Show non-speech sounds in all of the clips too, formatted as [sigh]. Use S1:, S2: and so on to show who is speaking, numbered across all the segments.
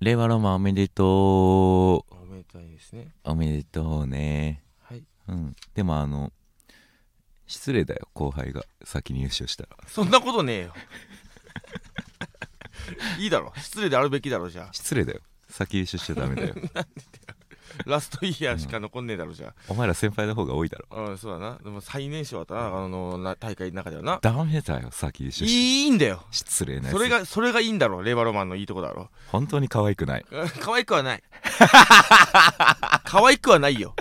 S1: 令和ロマンおめでとう
S2: おめでたいですね
S1: おめでとうね
S2: はい
S1: うんでもあの失礼だよ後輩が先に優勝したら
S2: そんなことねえよ [laughs] いいだろ失礼であるべきだろじゃ
S1: 失礼だよ先優勝しちゃダメ
S2: [laughs]
S1: だよ
S2: あラストイヤーしか残んねえだろじゃ
S1: お前ら先輩の方が多いだろ
S2: あうんそうだなでも最年少だったなあのな大会の中ではな
S1: ダメだよ先優勝し
S2: いいんだよ
S1: 失礼なやつ
S2: それがそれがいいんだろ令和ロマンのいいとこだろ
S1: 本当に可愛くない
S2: うん [laughs] 可愛くはない [laughs] 可愛くはないよ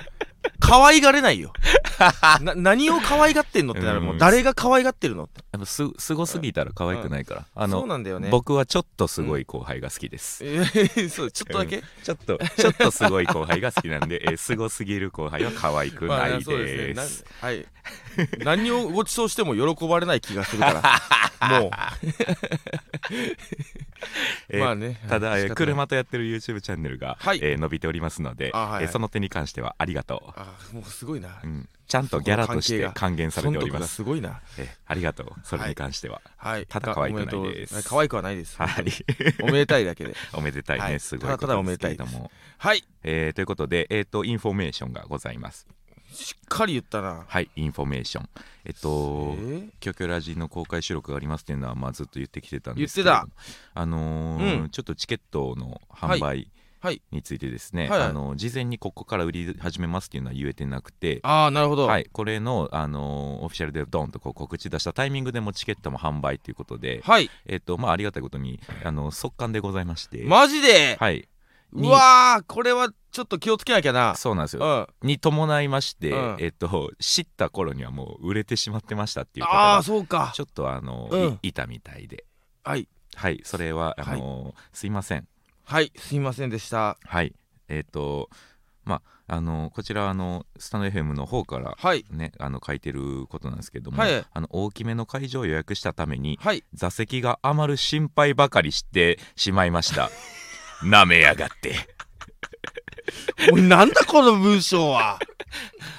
S2: 可愛がれないよな何を可愛がってんのってなるも
S1: う
S2: うん誰が可愛がってるのって
S1: やっぱすすごすぎたら可愛くないから、あ
S2: そう
S1: の、
S2: なんだよね
S1: 僕はちょっとすごい後輩が好きです、
S2: えー [laughs] そうちょっとだけ
S1: ちょっとちょっとすごい後輩が好きなんで、えーすごすぎる後輩は可愛くないです,、
S2: そうすねなはい [laughs] 何をご馳走しても喜ばれない気がするから
S1: [laughs]
S2: もう
S1: えー
S2: まあね
S1: ただ、えー
S2: 仕方ない
S1: 車とやってる YouTube チャンネルが、
S2: はい
S1: えー伸びておりますので、
S2: あはいはい
S1: えーその点に関してはありがと
S2: あもうすごいな
S1: う、うん、ちゃんとギャラとして還元されておりま
S2: が
S1: す、
S2: すごいな
S1: えーありがとうそれに関しては、
S2: はい
S1: ただ可愛くないです
S2: おめとう可愛くはないです
S1: はい、 [laughs]
S2: おめでたいだけで
S1: おめでたいね、
S2: はい
S1: すごいことですけれど
S2: ただただおめでたい
S1: も、
S2: はい
S1: えーということで、えー、とインフォメーションがございます
S2: しっかり言ったな
S1: はいインフォメーションえっと
S2: えー
S1: 「キョキョラジ」の公開収録がありますっていうのは、まあ、ずっと言ってきてたんですけど
S2: 言って
S1: あのー
S2: うん
S1: ちょっとチケットの販売
S2: はい
S1: についてですね、
S2: はいはい
S1: あのー事前にここから売り始めますっていうのは言えてなくて、
S2: ああなるほど
S1: は
S2: はい
S1: い、これの、あのーオフィシャルでドンとこう告知出したタイミングでもチケットも販売ということで、えっとまあ、ありがたいことに、あのー速乾でございまして、
S2: マジで
S1: はい、
S2: うわーこれはちょっと気をつけなきゃな
S1: そうなんです
S2: う
S1: よ
S2: んあ
S1: に伴いまして、
S2: うん
S1: えっと、知った頃にはもう売れてしまってましたっていう方
S2: あ
S1: が
S2: ーそうか
S1: ちょっとあの、
S2: うん
S1: いいたみたいで
S2: はい
S1: はいそれはあの、すいません
S2: はいすいませんでした
S1: はいえっ、とまああのこちらあのスタンド FM の方から
S2: はい
S1: ねあの書いてることなんですけども、
S2: はい
S1: あの大きめの会場を予約したために [laughs]
S2: はい
S1: 座席が余る心配ばかりしてしまいました
S2: [laughs]
S1: なめやがって
S2: おいなんだこの文章は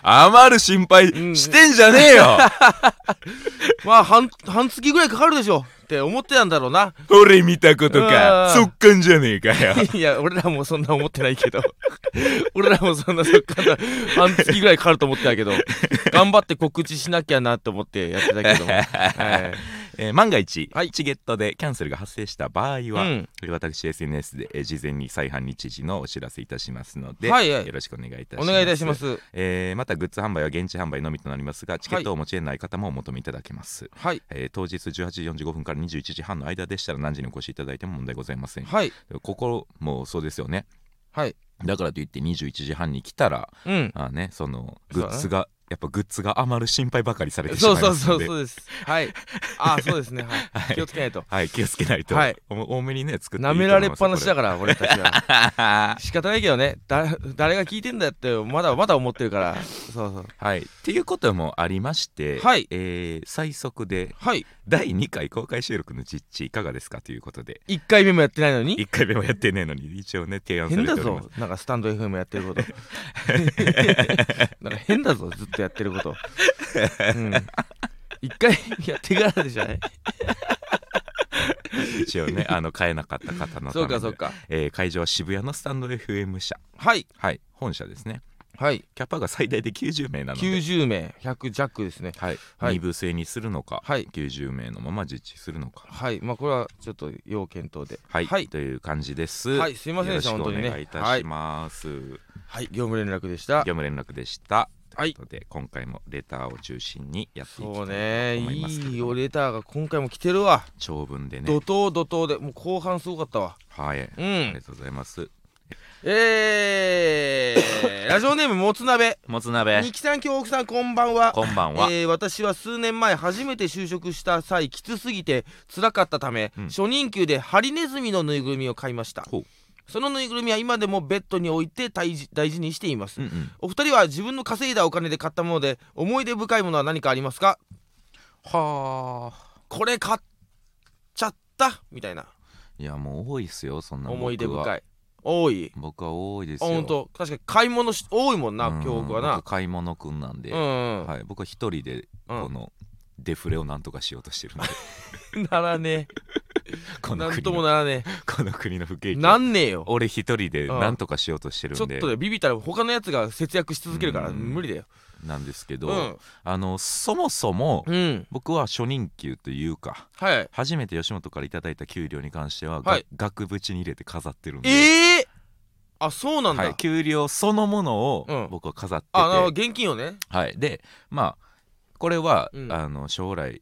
S1: 余る心配してんじゃねえよ、
S2: [laughs] まあ半半月ぐらいかかるでしょって思ってたんだろ
S1: [laughs]
S2: うな
S1: 俺見たことか
S2: うん
S1: 速乾じゃねえか
S2: [laughs]
S1: よ
S2: いや俺らもそんな思ってないけど [laughs] 俺らもそんなそっから半月ぐらいかかると思ってたけど頑張って告知しなきゃなと思ってやってたけ
S1: [laughs]
S2: ども、はい
S1: えー万が一、
S2: はい
S1: チケットでキャンセルが発生した場合
S2: う
S1: は、
S2: ん
S1: 私 SNS で、えー事前に再販日時のお知らせいたしますので、
S2: はいはい
S1: よろしくお願いいたし
S2: お
S1: ます
S2: 願いいたしま、す
S1: えーまたグッズ販売は現地販売のみとなりますがチケットをお持ち得ない方もお求めいただけます、
S2: はい
S1: えー当日18時45分から21時半の間でしたら何時にお越しいただいても問題ございません
S2: はい
S1: ここもそうですよね
S2: はい
S1: だからといって21時半に来たら
S2: うん
S1: あーねその
S2: そ
S1: グ
S2: うだね
S1: ッズが、やっぱグッズが余る心配ばかりされてしま
S2: [laughs] そ
S1: いうますの
S2: そう
S1: で
S2: そうそうですはいあ
S1: [laughs]
S2: そうですね、はい
S1: はい
S2: 気をつけないと
S1: はい、気をつけないと。
S2: はい
S1: お多めにね、作っていいと
S2: な
S1: 思
S2: め
S1: い
S2: ら
S1: ます
S2: れっぱなしだから俺たち
S1: [laughs]
S2: は仕方ないけどねだ誰が聞いてんだよってまだまだ思ってるからそうそう
S1: はい。っていうこともありまして、
S2: はい
S1: えー最速で
S2: はい
S1: 第2回公開収録の実地いかがですかということで、
S2: 1回目もやってないのに
S1: 1回目もやってねえのに、一応ね、提案さ
S2: 変
S1: れて
S2: だ
S1: おりま
S2: ぞ
S1: す。
S2: なんかスタンド FM やってるこ
S1: [laughs]
S2: となんか変だぞずっとやってることうん一回やってからでし
S1: [laughs]
S2: ょね
S1: 一応ね、あの、買えなかった方のために
S2: そうかそうか
S1: えー会場は渋谷のスタンド FM 社。
S2: はい
S1: はい、本社ですね。
S2: はい
S1: キャパが最大で90名なので、
S2: 90名100弱ですね
S1: はい、
S2: はい
S1: 2部制にするのか、
S2: はい
S1: 90名のまま実地するのか。
S2: はいまあこれはちょっと要検討で
S1: はい、
S2: はい、
S1: という感じです。
S2: はいすいませんでした
S1: よろしく
S2: 本当にね
S1: お願いいたします。
S2: はい業務連絡でした
S1: 業務連絡でした。
S2: はい
S1: ということで今回もレターを中心にやっていきたいと
S2: そう
S1: 思
S2: ね
S1: いますけど
S2: いいよレターが今回も来てるわ
S1: 長文でね
S2: 怒。涛怒涛でもう後半すごかったわ
S1: はい、
S2: う
S1: あり
S2: ん
S1: がとうございます。
S2: えー、ラジオネームもつ鍋
S1: もつ鍋
S2: に、きさんきょう奥さんこんばんは
S1: こんばんは。
S2: えー私は数年前初めて就職した際きつすぎて辛かったため、
S1: うん
S2: 初任給でハリネズミのぬいぐるみを買いました
S1: ほう
S2: そのぬいぐるみは今でもベッドに置いて大事大事にしています、
S1: うんうん。
S2: お二人は自分の稼いだお金で買ったもので思い出深いものは何かありますか
S1: はあ。
S2: これ買っちゃったみたいない
S1: やもう多いっすよそんな
S2: 思い出
S1: 僕
S2: 深
S1: はい
S2: 多い
S1: 僕は多いです
S2: あ
S1: よ。
S2: ほんと確かに買い物し多いもんな
S1: うん
S2: 今日僕はな
S1: 僕買い物くんなんで、
S2: うんうん、
S1: はい僕は一人で
S2: うん [laughs]
S1: このデフレをなんとかしようとしてるので、
S2: ならね
S1: この
S2: なん
S1: 国
S2: と
S1: の
S2: もな
S1: [laughs]
S2: らね
S1: この国の不景
S2: え
S1: 気
S2: な
S1: を
S2: んねえよ
S1: 俺一人で何とかしようとしてる
S2: ちょ
S1: ん
S2: っ
S1: で
S2: とでビビったら他のやつが節約し続けるから
S1: うん
S2: 無理だよ
S1: なんですけ
S2: う
S1: ど
S2: ん
S1: あのそもそも
S2: うん
S1: 僕は初任給というか
S2: はい
S1: 初めて吉本からいただいた給料に関しては、
S2: はい
S1: が額縁に入れて飾ってるんで、
S2: ええあそうなん
S1: はい
S2: だ、
S1: 給料そのもの
S2: う
S1: を
S2: ん
S1: 僕は飾ってて、
S2: あなるほど現金をね
S1: はい、でまあこれは、
S2: うん
S1: あの将来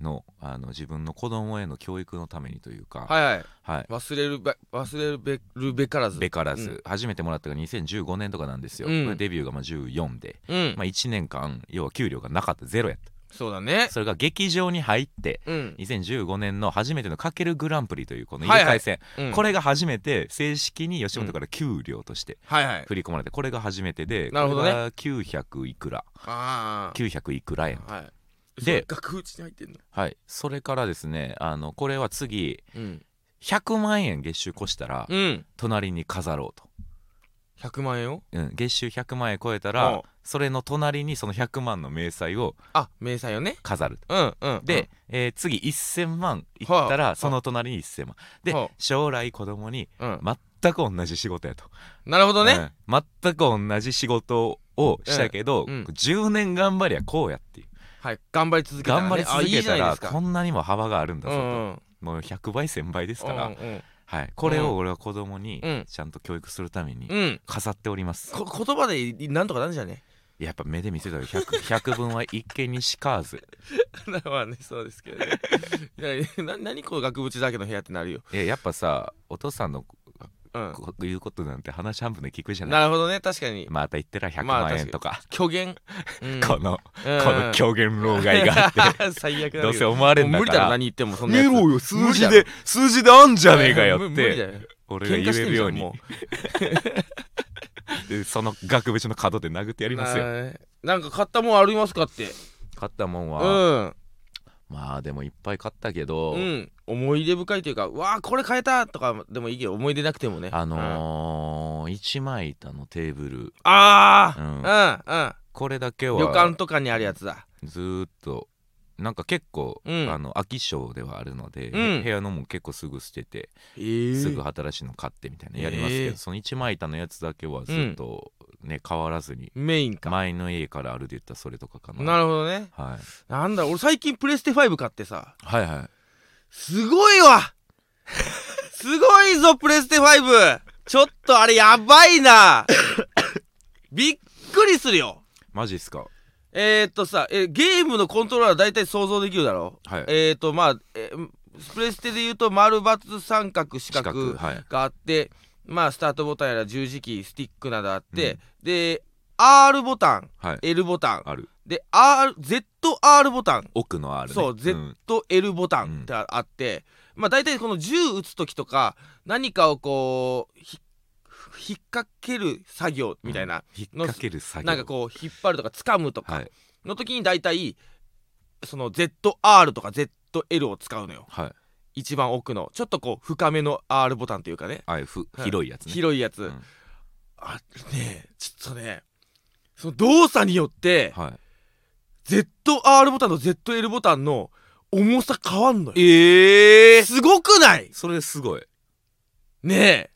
S1: のあの自分の子供への教育のためにというか、
S2: はいはい
S1: はい
S2: 忘れるべ忘れるべるべからず
S1: べからず、
S2: うん
S1: 初めてもらったのが2015年とかなんですよ、
S2: うん
S1: これデビューがまあ14で、
S2: うん、
S1: まあ、1年間要は給料がなかったゼロやった
S2: そうだね
S1: それが劇場に入って
S2: うん、
S1: 2015年の初めてのかけるグランプリというこの入れ替え戦、
S2: うん
S1: これが初めて正式に吉本から給料として
S2: はいはい
S1: 振り込まれてこれが初めてで
S2: なるほどね
S1: これが900いくら
S2: ああ
S1: 900いくら円
S2: はい
S1: で
S2: それ額縁に入ってんの
S1: はいそれからですねあのこれは次
S2: うん、
S1: 100万円月収越したら
S2: うん、
S1: 隣に飾ろうと、
S2: 100万円を
S1: うん、月収100万円超えた
S2: お
S1: ら
S2: う
S1: それの隣にその100万の明細を
S2: あ明細よね
S1: 飾る
S2: うんうん
S1: で、えー次1000万いったらその隣に1000万で
S2: はあ
S1: 将来子供に
S2: うん、うん
S1: 全く同じ仕事やと
S2: なるほどね、
S1: うん全く同じ仕事をしたけど、
S2: うんうん
S1: 10年頑張りゃこうやっていう
S2: はい頑張り続けたら、ね、
S1: 頑張り続
S2: あいい
S1: け
S2: じゃ
S1: た
S2: ないで
S1: ら
S2: すか
S1: こんなにも幅があるんだぞ
S2: う
S1: と、
S2: んうん
S1: もう100倍1000倍ですから、
S2: うん
S1: はい、これを俺は子供
S2: う
S1: に
S2: ん
S1: ちゃんと教育するために
S2: うん、うん、
S1: 飾っております、
S2: こ言葉でなんとかなんじゃね
S1: やっぱ目で見せたら 100, 100分は一見にしか
S2: [laughs]
S1: ず
S2: まあねそうですけどねいやいやな何この額縁だけの部屋ってなるよ、
S1: えやっぱさお父さんの
S2: うん、
S1: こ言うことなんて話半分で聞くじゃない
S2: なるほどね確かに
S1: また言ってら100
S2: まあ
S1: 万円とか,、
S2: 虚言、うん、
S1: この、
S2: うん
S1: この狂言老害があっ
S2: [laughs] 最悪
S1: て
S2: だ
S1: どうせ
S2: も
S1: 思われ
S2: うん
S1: だ
S2: 無
S1: か
S2: 理だろ
S1: ら
S2: 何言ってもそん
S1: 見
S2: なやつ
S1: ろよ
S2: 無
S1: 数
S2: 理だ
S1: 字
S2: ろ
S1: で数字であんじゃねえかよ
S2: 無
S1: っ
S2: 無理だ
S1: て
S2: よ
S1: 俺が
S2: 喧
S1: 言
S2: 嘩して
S1: え
S2: ん
S1: る
S2: じ
S1: よ
S2: ゃ
S1: うんに
S2: も
S1: でその額縁の角で殴ってや
S2: う
S1: りますよ
S2: はいなんか買ったもんありますかって
S1: 買ったもん
S2: う
S1: は、
S2: ん
S1: まあでもいっぱい買ったけど、
S2: うん思い出深いというかうわあこれ買えたとかでもいいけど思い出なくてもね
S1: あ
S2: うん
S1: のー一枚板のテーブル
S2: あ
S1: うん
S2: あ
S1: これだけ
S2: うんうん旅館
S1: は
S2: とかにあるやつだ
S1: ずーっとなんか結構、
S2: うん
S1: あの飽き性ではあるので、
S2: うん
S1: 部屋のも結構すぐ捨てて、
S2: えー
S1: すぐ新しいの買ってみたいなやりますけど、
S2: えー
S1: その一枚板のやつだけはずっとね、変わらずに
S2: メインか
S1: 前の家からあるで言ったらそれとかかな
S2: なるほどね
S1: はい、
S2: なんだろう俺最近プレステ5買ってさ
S1: はいはい
S2: すごいわすごいぞプレステ 5! ちょっとあれやばいなびっくりするよ
S1: マジっすか
S2: えー、っとさ、えーゲームのコントローラー大体想像できるだろ
S1: はい
S2: えー、っとまあ、えープレステで言うと丸×三角四角
S1: はいはい
S2: があってまあスタートボタンやら十字キースティックなどあって、で R ボタン L ボタン
S1: ある
S2: で RZR ボタン
S1: 奥のある、ね、
S2: そう、
S1: ん
S2: ZL ボタンってああって、まあ大体この銃撃つ時とか何かをこうひ引っ掛ける作業みたいな、
S1: 引っ掛ける作業
S2: なんかこう引っ張るとか掴むとか
S1: はい
S2: の時に大体その ZR とか ZL を使うのよ
S1: はい
S2: 一番奥のちょっとこう深めの R ボタンというかね
S1: あふ
S2: はい
S1: 広いやつね
S2: 広いやつ、
S1: うん
S2: あねえちょっとねその動作によって
S1: は
S2: ZR ボタンと ZL ボタンの重さ変わんのよ
S1: いえ
S2: すごくない
S1: それすごい
S2: ねえ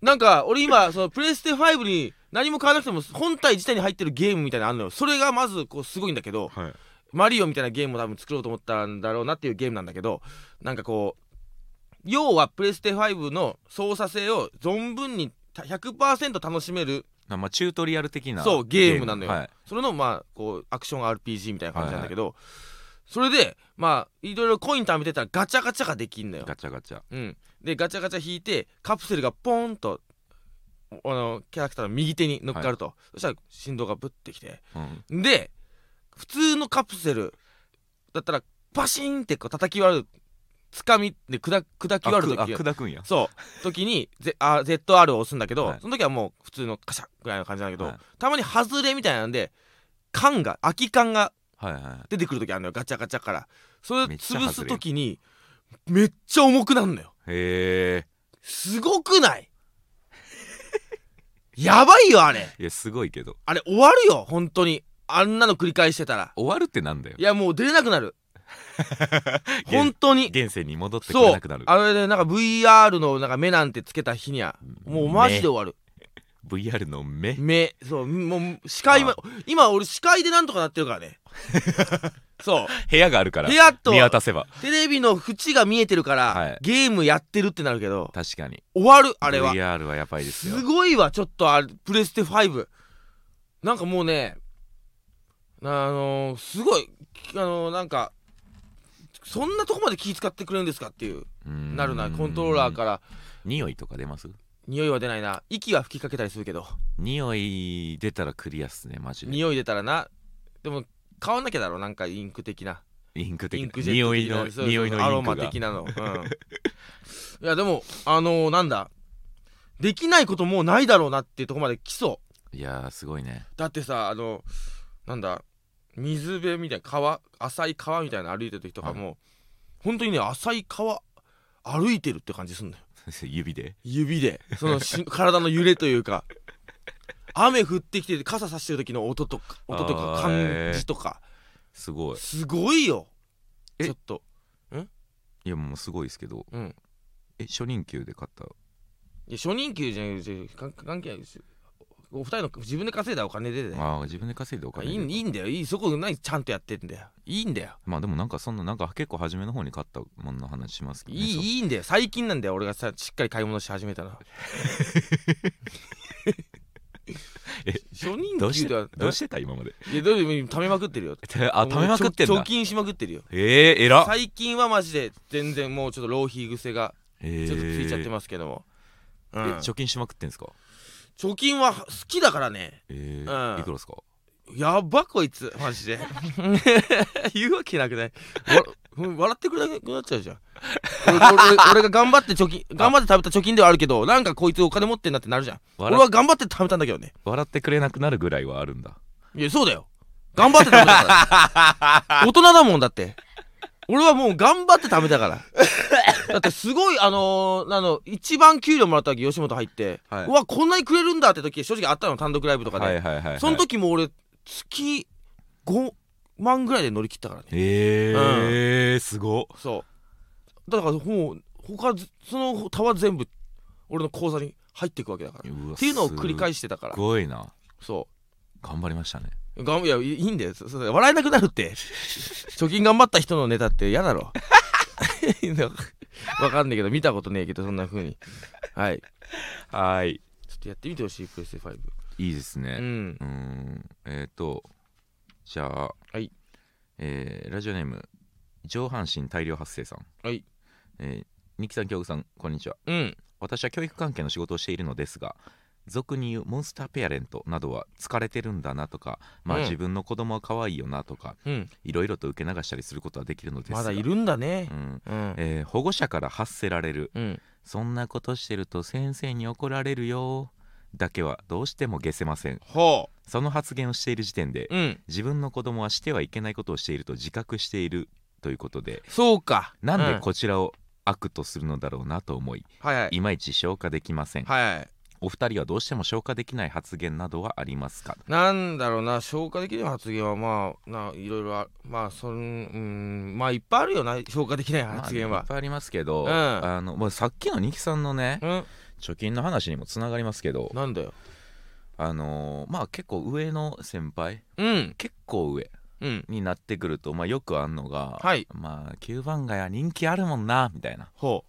S2: なんか俺今そのプレステ5に何も買わなくても本体自体に入ってるゲームみたいなのあるのよそれがまずこうすごいんだけど
S1: はい
S2: マリオみたいなゲームを多分作ろうと思ったんだろうなっていうゲームなんだけどなんかこう要はプレステ5の操作性を存分に100%楽しめる
S1: なまあチュートリアル的な
S2: そうゲームなのよ
S1: はい
S2: それのまあこうアクション RPG みたいな感じなんだけど、それでまあいろいろコイン貯めてたらガチャガチャができんのよ
S1: ガ、チャガチャ
S2: うん、でガチャガチャ引いてカプセルがポーンとあのキャラクターの右手に乗っかると、そしたら振動がぶってきて
S1: うん
S2: で普通のカプセルだったらパシーンってこう叩き割るつかみで砕砕き
S1: あ
S2: 割
S1: く
S2: る
S1: あ
S2: 時
S1: 砕くんや
S2: そう時に、Z、あ ZR を押すんだけど、
S1: はい
S2: その時はもう普通のカシャぐらいの感じなんだけど、
S1: はい
S2: たまに外れみたいなんで缶が空き缶が
S1: はいは
S2: 出てくる時あるのよガチャガチャからそれ
S1: めっちゃ
S2: 潰
S1: 外
S2: す
S1: れる
S2: 時にめっちゃ重くなるのよ
S1: いへ
S2: すごくない [laughs] やばいよあれ
S1: えいやすごいけど
S2: あれ終わるよ本当にあんなの繰り返してたら
S1: 終わるってなんだよ [laughs]
S2: いやもう出れなくなる本当に
S1: 現世に戻ってこれ
S2: そう
S1: なくなる
S2: あれでなんか VR のなんか目なんてつけた日にはもうマジで終わる
S1: VR の目
S2: 目そうもう視界は今俺視界でなんとかなってるから
S1: [laughs]
S2: ねそう
S1: 部屋があるから
S2: 部屋と
S1: 見渡せば
S2: テレビの縁が見えてるから、
S1: はい
S2: ゲームやってるってなるけど
S1: 確かに
S2: 終わるあれは
S1: VR はやばいです
S2: す
S1: よ
S2: ごいわちょっとあれプレステ5なんかもうねあのーすごいあのーなんかそんなとこまで気遣ってくれるんですかっていう
S1: うーん
S2: なるなコントローラーから
S1: 匂いとか出ます
S2: 匂いは出ないな息は吹きかけたりするけど
S1: 匂い出たらクリアっすねマジで
S2: 匂い出たらなでも買わなきゃだろなんかインク的な
S1: インク的
S2: イ
S1: な
S2: ンクジェット
S1: 匂い
S2: 的な
S1: の
S2: そうそう
S1: 匂いの
S2: ア
S1: イ
S2: ロ
S1: ンク
S2: マ
S1: が
S2: 的なの、うん、いやでもあのーなんだできないこともうないだろうなっていうとこまで来そう
S1: いやーすごいね [laughs]
S2: だってさあのなんだ水辺みたいな川浅い川みたいなの歩いてる時とかも、本当にね浅い川歩いてるって感じすんだよ
S1: 指で
S2: 指でそ
S1: [laughs]
S2: のし体の揺れというか雨降ってきてて傘さしてる時の音とか音と
S1: あ
S2: か
S1: ー
S2: 感じとか
S1: すごい
S2: すごいよ
S1: え
S2: ちょっと
S1: いやもうすごいですけど
S2: うん
S1: え初任給で買った
S2: いや初任給じゃなくて関関係ないですよお二人の自分で稼いだお金でね
S1: あー自分で稼いでお金
S2: いい
S1: で
S2: いいんだよいいそこないちゃんとやってんだよいいんだよ
S1: まあでもなんかそんななんか結構初めの方に買ったものの話しますけ
S2: い
S1: ど、ね、
S2: いいいんだよ最近なんだよ俺がさしっかり買い物し始めたのは
S1: [laughs] え
S2: 初任
S1: どうし
S2: 給では
S1: てどうしてた今
S2: [laughs]
S1: まで
S2: いやどうでも貯めまくってるよ
S1: あ [laughs] 貯めまくってん
S2: 貯貯
S1: だ
S2: 金しまくってるよ
S1: えー、えらっ
S2: 最近はマジで全然もうちょっと浪費癖がちょっとついちゃってますけども、
S1: え
S2: うん
S1: 貯金しまくってんすか
S2: 貯金は好きだからね
S1: え
S2: うん
S1: ー、いくらですか
S2: やばこいつマ
S1: [laughs]
S2: ジで言うわけなくないわうん笑ってくれなくなっちゃうじゃん俺俺俺が頑張って
S1: [laughs]
S2: 貯金頑張って食べた貯金ではあるけどなんかこいつお金持ってんなってなるじゃん俺
S1: 笑
S2: は頑張って食べたんだけどね
S1: 笑ってくれなくなるぐらいはあるんだ
S2: いやそうだよ頑張って食べ
S1: [laughs]
S2: たから大人だもんだって俺はもう頑張って食べたからだってすごいあのーあの一番給料もらった時吉本入って、
S1: はいう
S2: わこんなにくれるんだって時正直あったの単独ライブとかで、
S1: はいはいはい、はい、
S2: その時も俺月5万ぐらいで乗り切ったからね
S1: えーすご
S2: そうだからもう他ずその他は全部俺の口座に入っていくわけだからっていうのを繰り返
S1: し
S2: してたか
S1: す
S2: ら
S1: ごいな
S2: そ
S1: 頑張りましたね
S2: うがんいやいいいいんだよそそ笑えなくなるって
S1: [laughs]
S2: 貯金頑張った人のネタって嫌だろ [laughs] なんかわかんないけど見たことねえけどそんな風にはい
S1: はい
S2: ちょっとやってみてほしいプレステ5
S1: いいです
S2: う
S1: ね
S2: ん
S1: うんんえっ、ー、とじゃあ
S2: はい
S1: えーラジオネーム上半身大量発生さん
S2: はい
S1: えー、ニキさん京子さんこんにちは
S2: うん
S1: 私は教育関係の仕事をしているのですが俗に言うモンスターペアレントなどは疲れてるんだなとかまあ、
S2: うん
S1: 自分の子供は可愛いよなとか
S2: うん
S1: いろいろと受け流したりすることはできるのですが
S2: まだい、るんだね
S1: うん
S2: うん
S1: えー保護者から発せられる
S2: うん
S1: そんなことしてると先生に怒られるよだけはどうしても消せません
S2: ほ
S1: その発言をしている時点で
S2: ううん
S1: 自分の子供はしてはいけないことをしていると自覚しているということで
S2: そうか
S1: なんで
S2: う
S1: こちらを悪とするのだろうなと思い
S2: はいはい
S1: いまいち消化できません
S2: はい
S1: お二人はどうしても消化できない発言などはありますか
S2: なんだろうな消化できない発言はまあないろいろあまあそのうんまあいっぱいあるよな消化できない発言
S1: まあねい
S2: は
S1: っ、ぱいありますけど、
S2: うん
S1: あのまあ、さっきの二木さんのね
S2: うん
S1: 貯金の話にもつながりますけど
S2: なんだよ
S1: あのーまあ結構上の先輩
S2: うん
S1: 結構上
S2: うん
S1: になってくると、まあ、よくあんのが、
S2: はい
S1: まあ9番街は人気あるもんなみたいな
S2: ほ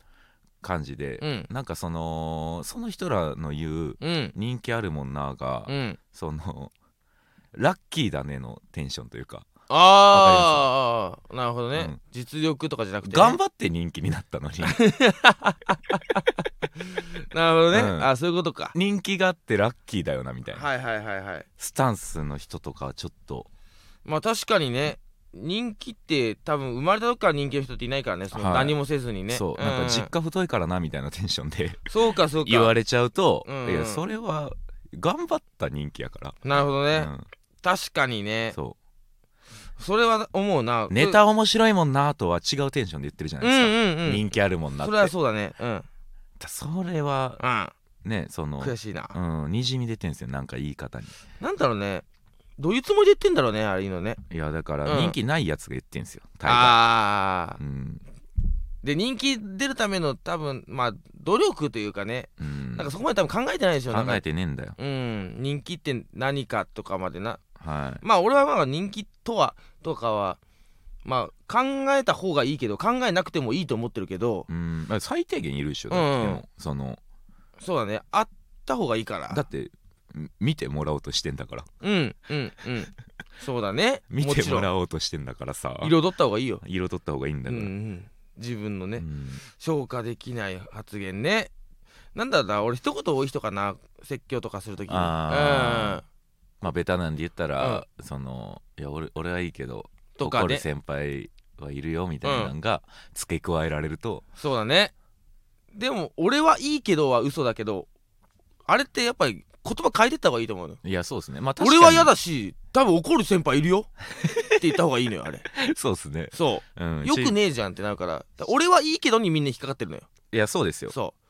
S1: 感じで、
S2: ううん
S1: なんかそのその人らの言う
S2: うん
S1: 人気あるもんなが、
S2: うん
S1: そのラッキーだねのテンションというか
S2: あーあーなるほどね、
S1: うん
S2: 実力とかじゃなくてね、
S1: 頑張って人気になったの
S2: [laughs]
S1: に
S2: なるほどね、
S1: うん
S2: あそういうことか
S1: 人気があってラッキーだよなみたいな、
S2: はいはいはいはい
S1: スタンスの人とかはちょっと
S2: まあ確かにね人気って多分生まれた時から人気の人っていないからねその
S1: はい
S2: 何もせずにね、
S1: そう、なんか実家太いからなみたいなテンションで
S2: そうかそうか
S1: 言われちゃうと、
S2: うんうん
S1: いやそれは頑張った人気やから、
S2: なるほどね、
S1: う
S2: 確かにね
S1: ん、そ
S2: それは思うな
S1: うネタ面白いもんなとは違うテンションで言ってるじゃない
S2: うん
S1: ですか、
S2: うんうん
S1: 人気あるもんなっ
S2: そ
S1: て
S2: れはそうだねうん、
S1: だそれは
S2: うん、
S1: ねその
S2: 悔しいな、
S1: うんにじみ出てんすよなんか言い方に
S2: なんだろうねどういうつもりで言ってんだろうねあれいいのね
S1: いやだか
S2: う
S1: ら
S2: ん
S1: 人気ないやつが言ってんすよ大概
S2: ああ
S1: うん
S2: で人気出るための多分まあ努力というかね
S1: うん
S2: なんかそこまで多分考えてないでしょなん
S1: 考
S2: か
S1: えてねえんだよ
S2: うん人気って何かとかまでな
S1: は
S2: まあ俺はまあ人気とはとかはまあ考えた方がいいけど考えなくてもいいと思ってるけど
S1: いうんまあ最低限いるでしょだ
S2: うん
S1: ってでもその
S2: そうだねあった方がいいから
S1: だってみ見てもらおうとしてんだから
S2: うんうんうんそうだね
S1: [laughs] 見
S2: も
S1: て
S2: ちろ
S1: も
S2: ん
S1: らおうとしてんだからさ
S2: 彩った方がいいよ、
S1: 色取った方がいいん
S2: う
S1: だ
S2: んう
S1: から
S2: ん、自分のね、
S1: うん
S2: 消化できない発言ねなんだろうな俺一言多い人かな説教とかするときに
S1: あ
S2: うん
S1: まあベタなんで言ったらそのいや俺俺はいいけど
S2: とか
S1: 怒る
S2: ね
S1: 先輩はいるよみたいなのが付け加えられると
S2: そうだねでも俺はいいけどは嘘だけどあれってやっぱり言葉変えてった方がいいと思うの
S1: いやそうですねまあ確か
S2: 俺
S1: に
S2: は嫌だし多分怒る先輩いるよって言った方がいいのよあれ
S1: [laughs] [laughs] そうですね
S2: そ
S1: うん
S2: うよく
S1: し
S2: ねえじゃんってなるからだから俺はいいけどにみんな引っかかってるのよ
S1: いやそうですよ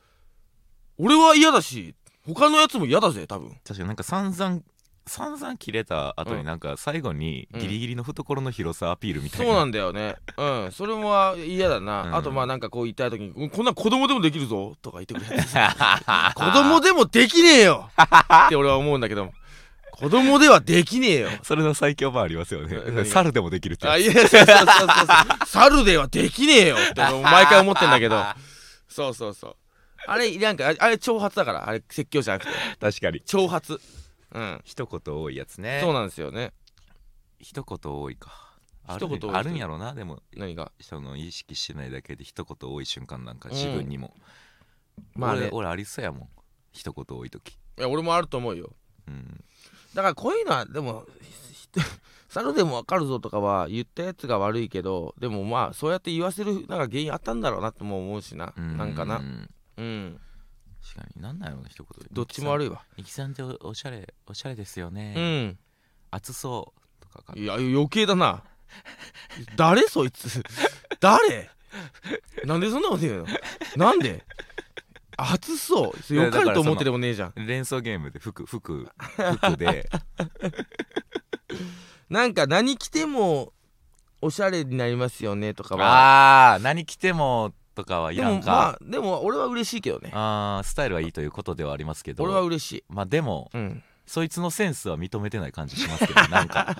S2: そう俺は嫌だし他のやつも嫌だぜ多分
S1: 確かになんか散々散々切れた後
S2: うん
S1: になんか最後にギリギリの懐の広さアピールみた
S2: そう
S1: いな、
S2: なんだよねうんそれも嫌だな、
S1: うん
S2: あとまあなんかこう言ったい時にうん「こんなん子供でもできるぞ」とか言ってく [laughs] れ
S1: [laughs]
S2: 子
S1: 子
S2: 供でもできねえよって俺は思うんだけども子供ではできねえよ
S1: それの最強版ありますよ
S2: え何が
S1: ね猿でもできるって
S2: [laughs] あ
S1: や
S2: いやそうそうそうそうそう猿ではできねえよって俺も毎回思ってんだけど [laughs] そうそうそうあれなんかあれあれ挑発だからあれ説教じゃなくて
S1: つ確かに
S2: 挑発うん
S1: 一言多いやつね
S2: そうなんですよね
S1: 一言多いかあ
S2: 一
S1: る
S2: 言多い人
S1: あるんやろなでも
S2: 何が
S1: その意識してないだけで一言多い瞬間なんか
S2: うん
S1: 自分にも、
S2: まあね
S1: 俺俺ありそうやもん一言多い時
S2: いや俺もあると思うよ
S1: うん
S2: だからこういうのはでも [laughs] ひひ猿でもわかるぞとかは言ったやつが悪いけどでもまあそうやって言わせるなんか原因あったんだろうなとも思うしな
S1: う
S2: なんかな
S1: 確
S2: うん
S1: かになんなんやろな一言
S2: どっちも悪
S1: い
S2: いわ
S1: 「ニキさんっておおしゃれおしゃれですよね、
S2: うん
S1: 暑そう」とかか
S2: いや余計だな誰そいつ誰なんでそんなこと言うのなんで暑そう
S1: いや
S2: よか
S1: だか
S2: る
S1: ら
S2: と
S1: その
S2: 思ってでもねえじゃん
S1: 連想ゲームで服
S2: [laughs]
S1: 服服で
S2: なんか何着てもおしゃれになりますよねとかは
S1: あー何着てもとかはい
S2: で
S1: ら
S2: も
S1: んか、
S2: まあでも俺は嬉しいけどね
S1: あースタイルはいいということではありますけど
S2: 俺は嬉しい
S1: まあでも
S2: うん
S1: そいつのセンスは認めてない感じしますけど
S2: [laughs]
S1: なんか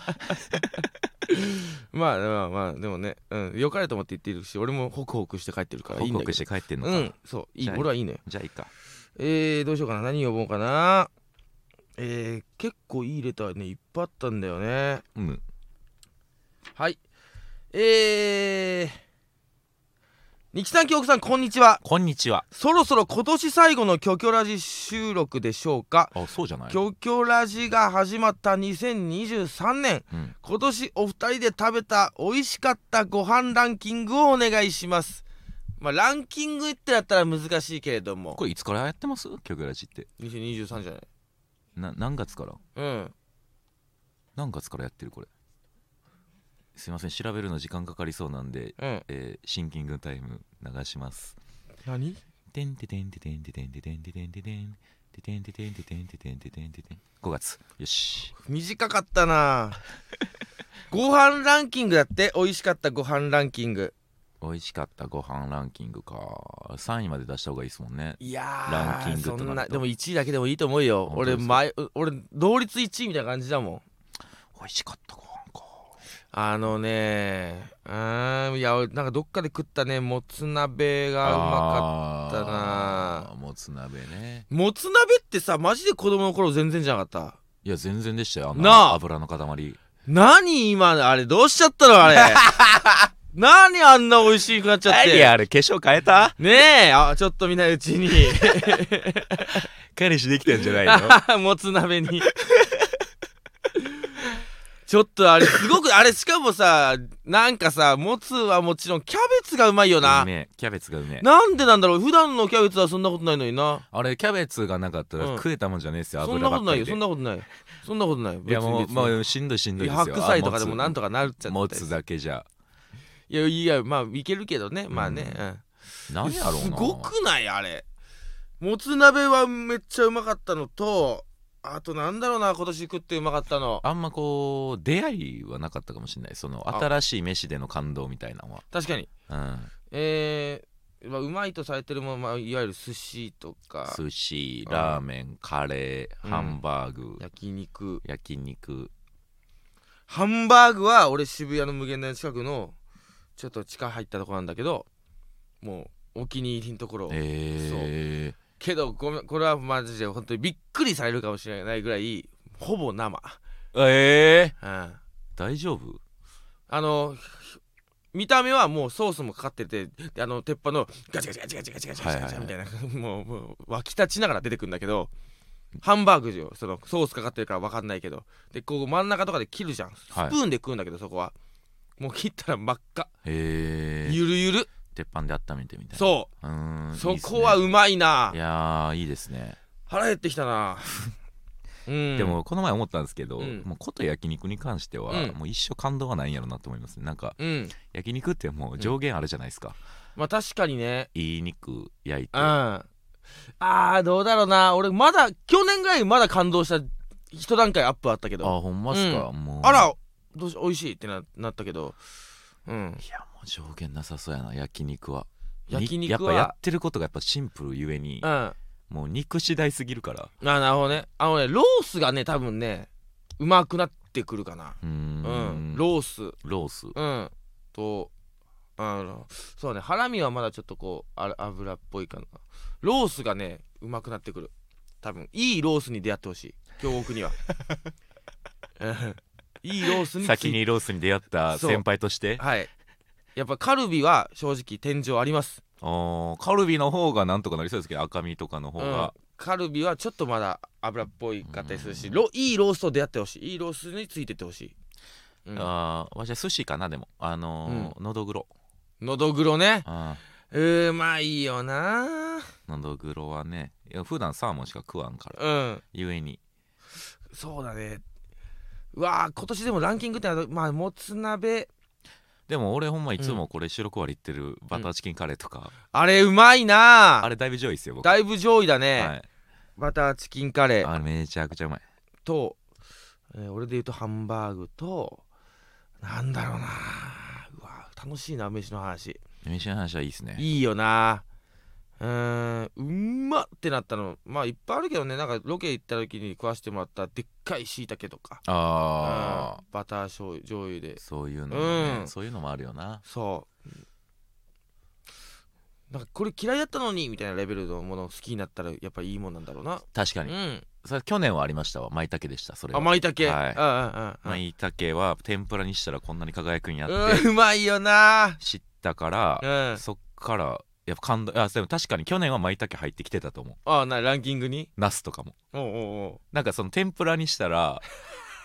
S2: まあまあまあでもね、うん、よかれと思って言っているし俺もホクホクして帰ってるからいい
S1: 報
S2: んだ
S1: 告
S2: け
S1: し
S2: ど
S1: て帰ってんの
S2: う
S1: か、
S2: んそういい
S1: じゃあ
S2: 俺はいいのよ
S1: じゃあいいか
S2: えー、どうしようかな何呼ぼうかなえー、結構いいレターねいっぱいあったんだよね
S1: うん
S2: はいえーニキさん京子さんこんにちは
S1: こんにちは
S2: そろそろ今年最後の「キョキョラジ」収録でしょうか
S1: あそうじゃな
S2: 「
S1: い
S2: キョキョラジ」が始まった2023年
S1: うん
S2: 今年お二人で食べた美味しかったご飯ランキングをお願いしますまあランキングってやったら難しいけれども
S1: これいつからやってます曲ラジって
S2: 2023じゃない
S1: な何月から
S2: うん
S1: 何月からやってるこれすいません調べるの時間かかりそうなんで、
S2: うん
S1: えーシンキングタイム流します
S2: 何
S1: てんててんててんててんててんててんててんててんててんててんててんててんててん5月よし
S2: 短かっ
S1: [laughs]
S2: たなご飯ランキングだって美味しかったご飯ランキング
S1: 美味しかったご飯ランキングか3位まで出した方がいいですもんね
S2: いやー
S1: ランキングとなると
S2: そんなでも1位だけでもいいと思うよ
S1: 本当で
S2: 俺
S1: すか
S2: 前俺同率1位みたいな感じだもん
S1: 美味しかったご飯か
S2: あのねうーんいやなんかどっかで食ったねもつ鍋がうまかっ
S1: か
S2: ったな
S1: もつ鍋ね
S2: たもつ鍋ってさマジで子供の頃全然じゃなかった
S1: いや全然でしたよあん
S2: なあ
S1: な油の塊
S2: 何今あれどうしちゃったのあ [laughs] れ何あんな美味しくなっちゃって
S1: あれ化粧変えた
S2: ねえあちょっとみんなうちに
S1: 彼氏できてんじゃないの
S2: [laughs] もつ鍋にちょっとあれすごくあれしかもさなんかさもつはもちろんキャベツがうまいよな
S1: うめえキャベツがうめえ
S2: なんでなんだろう普段のキャベツはそんなことないのにな
S1: あれキャベツがなかったら
S2: うん
S1: 食えたもんじゃねえっすよ、
S2: そんな
S1: 油ば
S2: こと
S1: っ
S2: な
S1: か
S2: いよ
S1: りで
S2: そんなことないそんなことない
S1: いやもう
S2: 別に
S1: もうしんどいしんどいですよ
S2: 白菜とかでもなん
S1: と
S2: とかなるっちゃ
S1: も
S2: って
S1: つだけじゃ
S2: いやいやまあいけるけどねまあね、
S1: う
S2: うん
S1: 何やろうな
S2: すごくないあれもつ鍋はめっちゃうまかったのとあとなんだろうな今年食ってうまかったの
S1: あんまこう出会いはなかったかもしれないその
S2: あ
S1: 新しい飯での感動みたいなのは
S2: 確かに
S1: うん
S2: えーまあうまいとされてるもの、まあ、いわゆる寿司とか
S1: 寿司
S2: うん
S1: ラーメンカレー
S2: うん
S1: ハンバーグ
S2: 焼肉
S1: 焼肉
S2: ハンバーグは俺渋谷の無限大の近くのちょっと地下入ったとこなんだけどもうお気に入りのところ
S1: え
S2: けどごめんこれはマジで本当にびっくりされるかもしれないぐらいほぼ生、
S1: ーえー
S2: うん、あ
S1: 大丈夫
S2: の見た目はもうソースもかかっててであの鉄板のガチャガチャガチャガチャガチャガチャガチャガチャみたいな、 [laughs] もうもう湧き立ちながら出てくるんだけどハンバーグよそのソースかかってるから分かんないけどでこう真ん中とかで切るじゃんスプーンで食うんだけど、そこはもう切ったら真っ赤
S1: えー
S2: ゆるゆる
S1: 鉄板で温めてみたいな
S2: そう
S1: ーん
S2: うそこは
S1: いう
S2: まい
S1: っ
S2: ない
S1: すねいやーいいですね
S2: 腹減ってきたなうん
S1: でもこの前思ったんですけど
S2: うん
S1: もうこと焼肉に関して
S2: う
S1: は
S2: ん
S1: もう一生感動はないんやろなと思いますねなんか
S2: うん
S1: 焼肉ってもう上限あるじゃないですか
S2: まあ確かにね
S1: いい肉焼いて
S2: うんあーどうだろうな俺まだ去年ぐらいまだ感動した一段階アップあったけど
S1: あほんまっすか、もう
S2: あらどうし美味しいってななったけどうん
S1: いやもう上限なさそうやな焼肉は
S2: 焼
S1: に
S2: 肉は
S1: やっぱやってることがやっぱシンプルゆえに
S2: うんあ
S1: もう肉次第すぎるから
S2: なるほどねあのねロースがね多分ねうまくなってくるかな
S1: うーん
S2: うん
S1: ロ
S2: ロース
S1: ロース
S2: うんとあのそうねハラミはまだちょっとこうあ油っぽいかなロースがねうまくなってくる多分いいロースに出会ってほしい京極には [laughs] うんいいロースについ
S1: 先にロースに出会った
S2: そう
S1: 先輩として
S2: はいやっぱカルビは正直天井あります、
S1: おーカルビの方がなんとかなりそうですけど赤身とかの方
S2: うん
S1: が、
S2: カルビはちょっとまだ油っぽいかったりするし
S1: うん
S2: ロいいロースと出会ってほしいいいロースについてってほしい、うん
S1: あーわしは寿司かなでもあのーのどぐろ
S2: のどぐろね
S1: あ
S2: うまいよな
S1: ーのどぐろはねいや普段サーモンしか食わんから
S2: うん
S1: ゆえに
S2: そうだねうわー今年でもランキングってのはまあもつ鍋
S1: でも俺ほんまいつもこれ白くわり言ってるバターチキンカレーとか、
S2: あれうまいな
S1: あれだいぶ上位ですよ僕
S2: だいぶ上位だね、
S1: はい
S2: バターチキンカレー
S1: あめちゃくちゃうまい
S2: と、えー俺で言うとハンバーグとなんだろうなうわー楽しいな飯の話
S1: 飯の話はいいですね
S2: いいよなうーんうんまってなったのまあいっぱいあるけどねなんかロケ行った時に食わしてもらったでっかい椎茸とか
S1: ああ
S2: うんバター醤油醤油で
S1: そういうのもね、
S2: うん
S1: そういうのもあるよな
S2: そうなんかこれ嫌いだったのにみたいなレベルのものを好きになったらやっぱいいもんなんだろうな
S1: 確か
S2: う
S1: に、
S2: ん
S1: それ去年はありましたわ舞茸でしたそれは
S2: あ舞茸、
S1: はい
S2: うんうんうん
S1: 舞茸は天ぷらにしたらこんなに輝くんやって
S2: うんうまいよ
S1: [laughs]
S2: な
S1: 知ったから
S2: う、ん
S1: そっからやっぱ感動あでも確かに去年は舞茸入ってきてたと思う
S2: あなランキングに
S1: ナスとかも
S2: おうお
S1: なんかその天ぷらにした [laughs] ら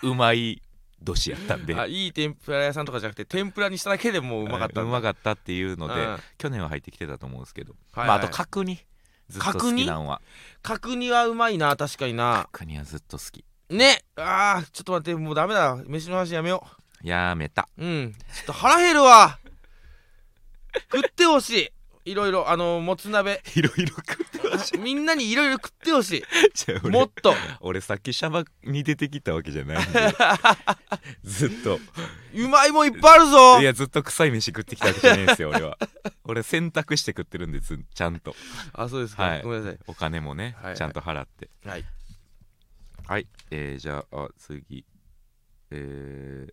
S1: うまい年やったん
S2: うお
S1: で
S2: うあいい天ぷら屋さんとかじゃなくて天ぷらにしただけでもううまかった
S1: うん
S2: だ
S1: うまかったっていうので、
S2: うん
S1: 去年は入ってきてたと思うんですけど、
S2: はいはい
S1: まあ、あと角煮ずっと好きなんは
S2: 角煮はうまいな確かにな
S1: 角煮はずっと好き
S2: ねあーちょっと待ってもうダメだ飯の話やめよ
S1: やめた
S2: ううんちょっと腹減
S1: [laughs]
S2: るわ食ってほしいいろいろあのもつ鍋
S1: いろいろ [laughs] 食ってまし
S2: みんなにいろいろ食ってほし
S1: じゃあ
S2: い
S1: 俺
S2: もっと
S1: [laughs] 俺さっきシャバに出てきたわけじゃ [laughs] ないんでずっと
S2: うまいもんいっぱいあるぞ
S1: いやずっと臭い飯食ってきたわけじゃないんですよ俺は俺洗濯して食ってるんですちゃんと
S2: あそうですか、
S1: はい
S2: ごめんなさい
S1: お金もね、
S2: はいはい
S1: ちゃんと払って
S2: はい
S1: はいえー、じゃああ次えー、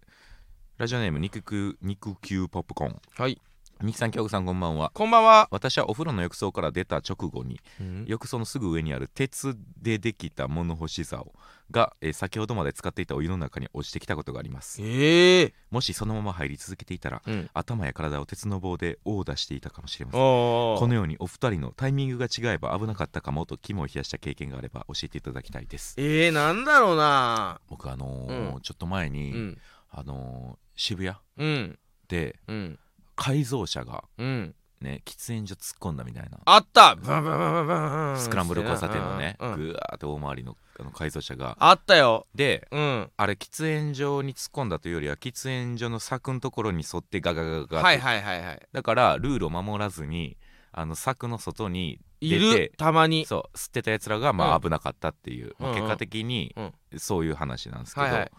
S1: ラジオネーム肉球肉球ポップコーン
S2: はい
S1: みきさん京子さんこんばんは
S2: こんばんは、
S1: 私はお風呂の浴槽から出た直後に浴槽のすぐ上にある鉄でできた物干し竿が、えー先ほどまで使っていたお湯の中に落ちてきたことがあります
S2: ええ
S1: もしそのまま入り続けていたら
S2: うん
S1: 頭や体を鉄の棒で殴打していたかもしれません
S2: お
S1: このようにお二人のタイミングが違えば危なかったかもと肝を冷やした経験があれば教えていただきたいです
S2: ええなんだろうな
S1: 僕あのー
S2: うん
S1: ちょっと前
S2: う
S1: に、
S2: ん
S1: あのー渋谷
S2: うん
S1: で
S2: うん
S1: 改造車が
S2: うん
S1: ね喫煙所突っ込んだみたいな
S2: あったブンブンブンブンブン
S1: スクランブル交差点のね
S2: うん
S1: ぐわーって大回りのあの改造車が
S2: あったよ
S1: で
S2: うん
S1: あれ喫煙所に突っ込んだというよりは喫煙所の柵のところに沿ってガガガガガって
S2: はいはいはいはい
S1: だからルールを守らずにあの柵の外に
S2: い
S1: 出
S2: る
S1: て
S2: たまに
S1: そう吸ってたやつらがま
S2: う
S1: あ
S2: ん
S1: 危なかったっていう、まあ
S2: うんうん
S1: 結果的に
S2: うん
S1: そういう話なんですけど、
S2: はいはい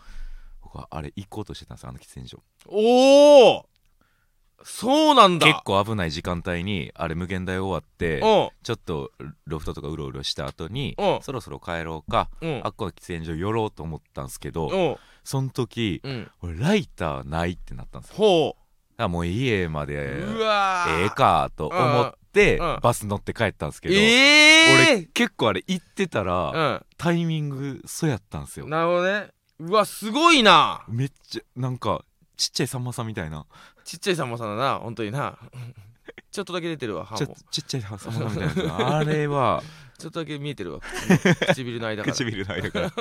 S1: 僕はあれ行こうとしてたんですよあの喫煙所
S2: おおそうなんだ
S1: 結構危ない時間帯にあれ無限大終わってちょっとロフトとかうろうろした後に
S2: うん
S1: そろそろ帰ろうか
S2: うんうん
S1: あっこの喫煙所寄ろうと思ったんですけど
S2: うん
S1: その時
S2: うん
S1: 俺ライターないってなったんですよ
S2: ほ
S1: だからもう家まで
S2: うう
S1: え
S2: わー
S1: えかと思って
S2: うんうん
S1: バス乗って帰ったんですけど俺
S2: ええ
S1: 結構あれ行ってたら
S2: ー
S1: タイミングそうやったんです
S2: う
S1: よ
S2: んなるほどねうわすごいな
S1: めっちゃなんかちっちゃいさんまさんみたいな
S2: ちっちゃいさんまさんだな本当にな [laughs] ちょっとだけ出てるわ歯も
S1: ちょちっちゃいさんまさんみたいなやつ
S2: [laughs]
S1: があれは
S2: ちょっとだけ見え
S1: [laughs]
S2: てるわ唇唇の間から
S1: 唇の間から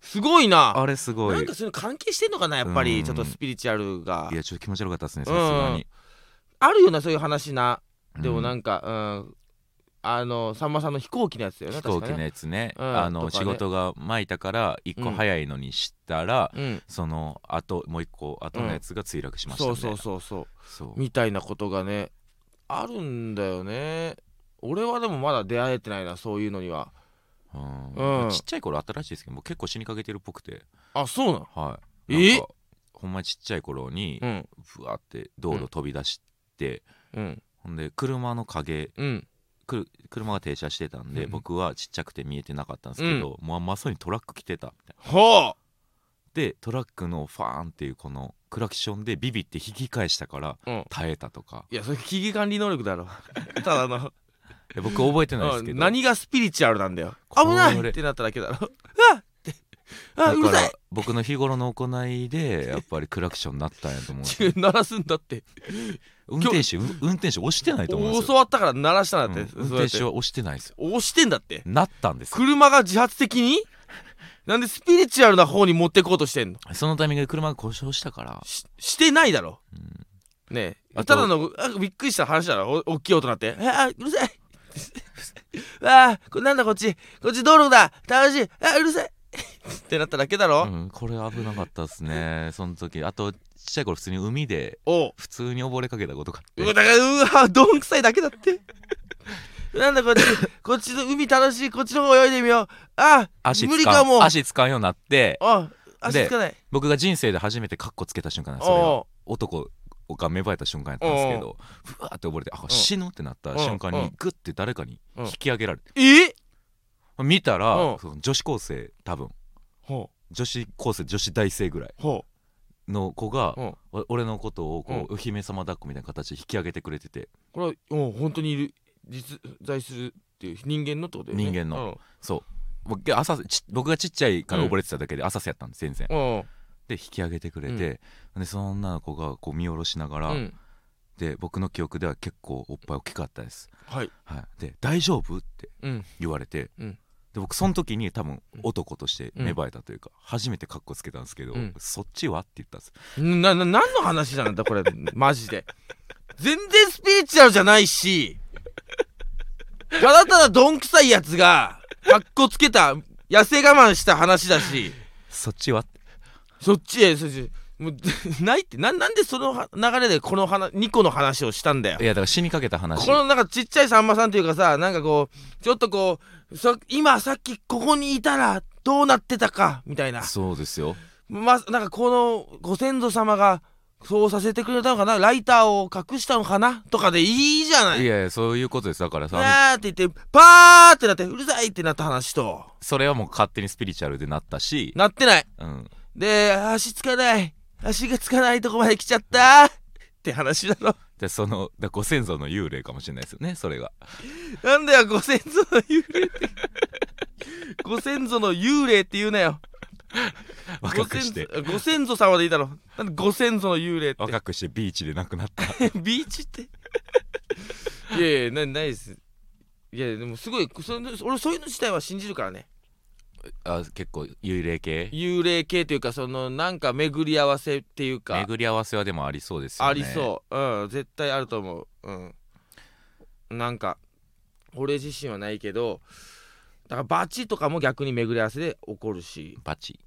S2: すごいな
S1: あれすご
S2: なん
S1: い
S2: かそういうの関係してんのかなやっぱり
S1: うん
S2: ちょっとスピリチュアルが
S1: いやちょっと気持ち悪かったですねさすがに
S2: あるよなそういう話なでもな
S1: か
S2: んかうんあのさんまさんの飛行機のやつだよね
S1: 飛行機
S2: 確か
S1: の
S2: ね
S1: やつね
S2: うん
S1: あ
S2: と
S1: の
S2: かね
S1: 仕事が巻いたから一個早いのにしたら
S2: うん
S1: そのあともう一個後のやつが墜落しました
S2: そ
S1: みた
S2: う
S1: い
S2: そう
S1: な
S2: そうそう
S1: そう
S2: みたいなことがねあるんだよね俺はでもまだ出会えてないなそういうのには
S1: うん
S2: うん
S1: ちっちゃい頃あったらしいですけどもう結構死にかけてるっぽくて
S2: あそうなの
S1: はい
S2: え
S1: なんかほんまちっちゃい頃に
S2: うん
S1: ふわって道路飛び出して
S2: うん
S1: ほんで車の影
S2: うん
S1: くる車が停車してたんで、
S2: うん
S1: 僕はちっちゃくて見えてなかったんですけど、もうまさにトラック来てたみたいな
S2: ほ
S1: でトラックのファーンっていうこのクラクションでビビって引き返したから
S2: ううん
S1: 耐えたとか
S2: いやそれ危機管理能力だろ [laughs] ただの
S1: いや僕覚えてないですけ
S2: うん
S1: ど
S2: 何がスピリチュアルなんだよ
S1: こ
S2: 危
S1: れ
S2: ないってなっただけだろうわっってあ
S1: だ
S2: うる
S1: か
S2: さ
S1: ら
S2: い
S1: 僕の日頃の行いでやっぱりクラクションになったんやと思う
S2: [laughs] 鳴らすんだって
S1: 運転手う運転手押してないと思うんです
S2: 教
S1: よ、
S2: わったから鳴らしたんだって、
S1: うん運転手は押してないですよ
S2: 押してんだって
S1: なったんですよ
S2: 車が自発的になんでスピリチュアルな方に持ってこうとしてんの
S1: そのタイミングで車が故障したから、
S2: ししてないだろ
S1: うん
S2: ねえ
S1: あ
S2: た
S1: と
S2: だのあびっくりした話だろお大きい音なってああうるさい [laughs] ああこれなんだこっちこっち道路だ楽しいあうるさいってなっただけだろ、
S1: うんこれ危なかったですねその時あとちっちゃい頃普通に海で
S2: おう
S1: 普通に溺れかけたことがあって
S2: うわだからうわどんくさいだけだって [laughs] なんだこっちこっちの海楽しいこっちの方泳いでみようあ
S1: 足
S2: 無理
S1: つ
S2: か
S1: か
S2: も
S1: ん足つかんようになって
S2: あ足
S1: で
S2: つかない
S1: 僕が人生で初めてカッコつけた瞬間なんですそれは
S2: お
S1: 男が芽生えた瞬間やったんですけどふわーって溺れてあ死ぬってなった瞬間
S2: うんう
S1: に
S2: ん
S1: グッて誰かに引き上げられて
S2: うえ
S1: 見た
S2: う
S1: ら
S2: ん
S1: その女子高生多分
S2: ほ
S1: 女子高生女子大生ぐらいう
S2: ほ
S1: の子が
S2: うん
S1: お俺のことをこうお姫様抱っこみたいな形で引き上げてくれてて
S2: これはうん本当にいる実在するっていう人間のってことだよね
S1: 人間のそう僕朝ち僕がちっちゃいから溺れてただけで浅瀬やったんです全然
S2: うんうん
S1: で引き上げてくれて、でその女の子がこう見下ろしながら、
S2: うん
S1: で僕の記憶では結構おっぱい大きかったです、
S2: はい
S1: はい、で「大丈夫?」って
S2: うん
S1: 言われて、
S2: うん
S1: で僕その時に多分
S2: うん
S1: 男として芽生えたというか、初めてカッコつけたんですけど「
S2: うん
S1: そっちは?」って言ったんです
S2: なな何の話なんだこれ [laughs] マジで全然スピリチュアルじゃないしただただどんくさいやつがかっこつけた痩せ我慢した話だし
S1: 「そっちは?」って
S2: そっちへそっちへもう [laughs] ないってななんでその流れでこの話2個の話をしたんだよ
S1: いやだから死にかけた話
S2: このなんかちっちゃいさんまさんというかさなんかこうちょっとこうそ今さっきここにいたらどうなってたかみたいな
S1: そうですよ
S2: まなんかこのご先祖様がそうさせてくれたのかなライターを隠したのかなとかでいいじゃないい
S1: やいやそういうことですだからさ、
S2: わーって言ってパーってなってうるさいってなった話と
S1: それはもう勝手にスピリチュアルでなったし、
S2: なってない
S1: うん、
S2: で足つかない足がつかないとこまで来ちゃったって話だろ
S1: でそのだからご先祖の幽霊かもしれないですよねそれ [laughs] が
S2: [laughs] なんだよご先祖の幽霊ってご先祖の幽霊って言うなよ
S1: 若くして
S2: ご先祖ご先祖様でいいだろなんでご先祖の幽霊って
S1: 若くしてビーチで亡くな [laughs] った
S2: [laughs] ビーチっていやいやなないですいやでもすごいその俺そういうの自体は信じるからね
S1: あ結構幽霊系
S2: 幽霊系というかそのなんか巡り合わせっていうか
S1: 巡り合わせはでもありそうですよね
S2: ありそう、うん絶対あると思ううんなんか俺自身はないけどだからバチとかも逆に巡り合わせで起こるし
S1: バチ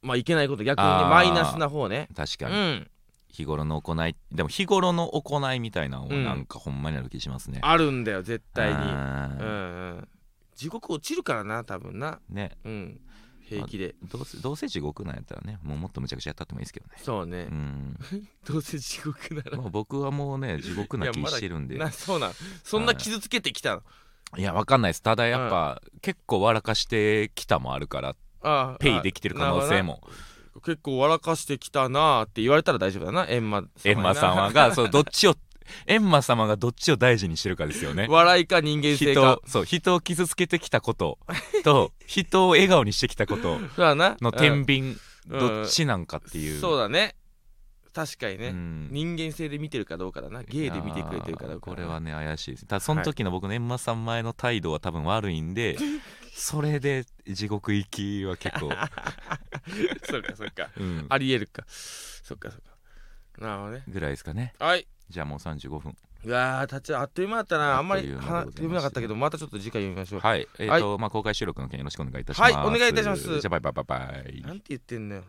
S2: まあいけないこと逆にねマイナスな方ね
S1: 確か
S2: う
S1: に、
S2: ん
S1: 日頃の行いでも日頃の行いみたいなのを
S2: うん
S1: なんかほんまにある気しますね、
S2: あるんだよ絶対に
S1: あ
S2: うん
S1: ー
S2: うん地獄落ちるからな多分な
S1: ね
S2: うん平気で
S1: どうせどうせ地獄なんやったらねもうもっとむちゃくちゃやったってもいいですけどね
S2: そうね
S1: うん
S2: どうせ地獄なら
S1: まあ僕はもう
S2: [laughs]
S1: ね地獄な気してるんでいや,、
S2: なそうなんそんな傷つけてきたの
S1: わかんないですただやっぱ、結構笑かしてきたもあるから
S2: ああ
S1: ペイできてる可能性も
S2: あ結構笑かしてきたなーって言われたら大丈夫だなエンマ様にな
S1: エンマ様がそうどっちをエンマ様がどっちを大事にしてるかですよね
S2: 笑いか人間性
S1: 人
S2: か
S1: をそう人を傷つけてきたことと人を笑顔にしてきたこと
S2: そうだな
S1: の天秤、
S2: うん
S1: どっちなんかっていう、
S2: そうだね確かにね、
S1: うん
S2: 人間性で見てるかどうかだな芸で見てくれてるか
S1: い
S2: ど
S1: やー
S2: うか
S1: こ
S2: だな
S1: れはね怪しいですただその時の僕のエンマさん前の態度は多分悪いん
S2: [laughs]
S1: で、それで地獄行きは結構、
S2: [laughs] そっかそっか
S1: うん、
S2: ありえるかそっかそっかなるほどね
S1: ぐらいですかね
S2: はい
S1: じゃあもう35分
S2: うわー立ちあっという間だったなあんまり
S1: あっという間でござ
S2: 話
S1: います
S2: 読めなかったけどまたちょっと次回読みましょう、
S1: はいえっ、と、まあ公開収録の件よろしくお願いいたします
S2: はいお願いいたします
S1: じゃあバイバイバイバイ
S2: なんて言ってんのよ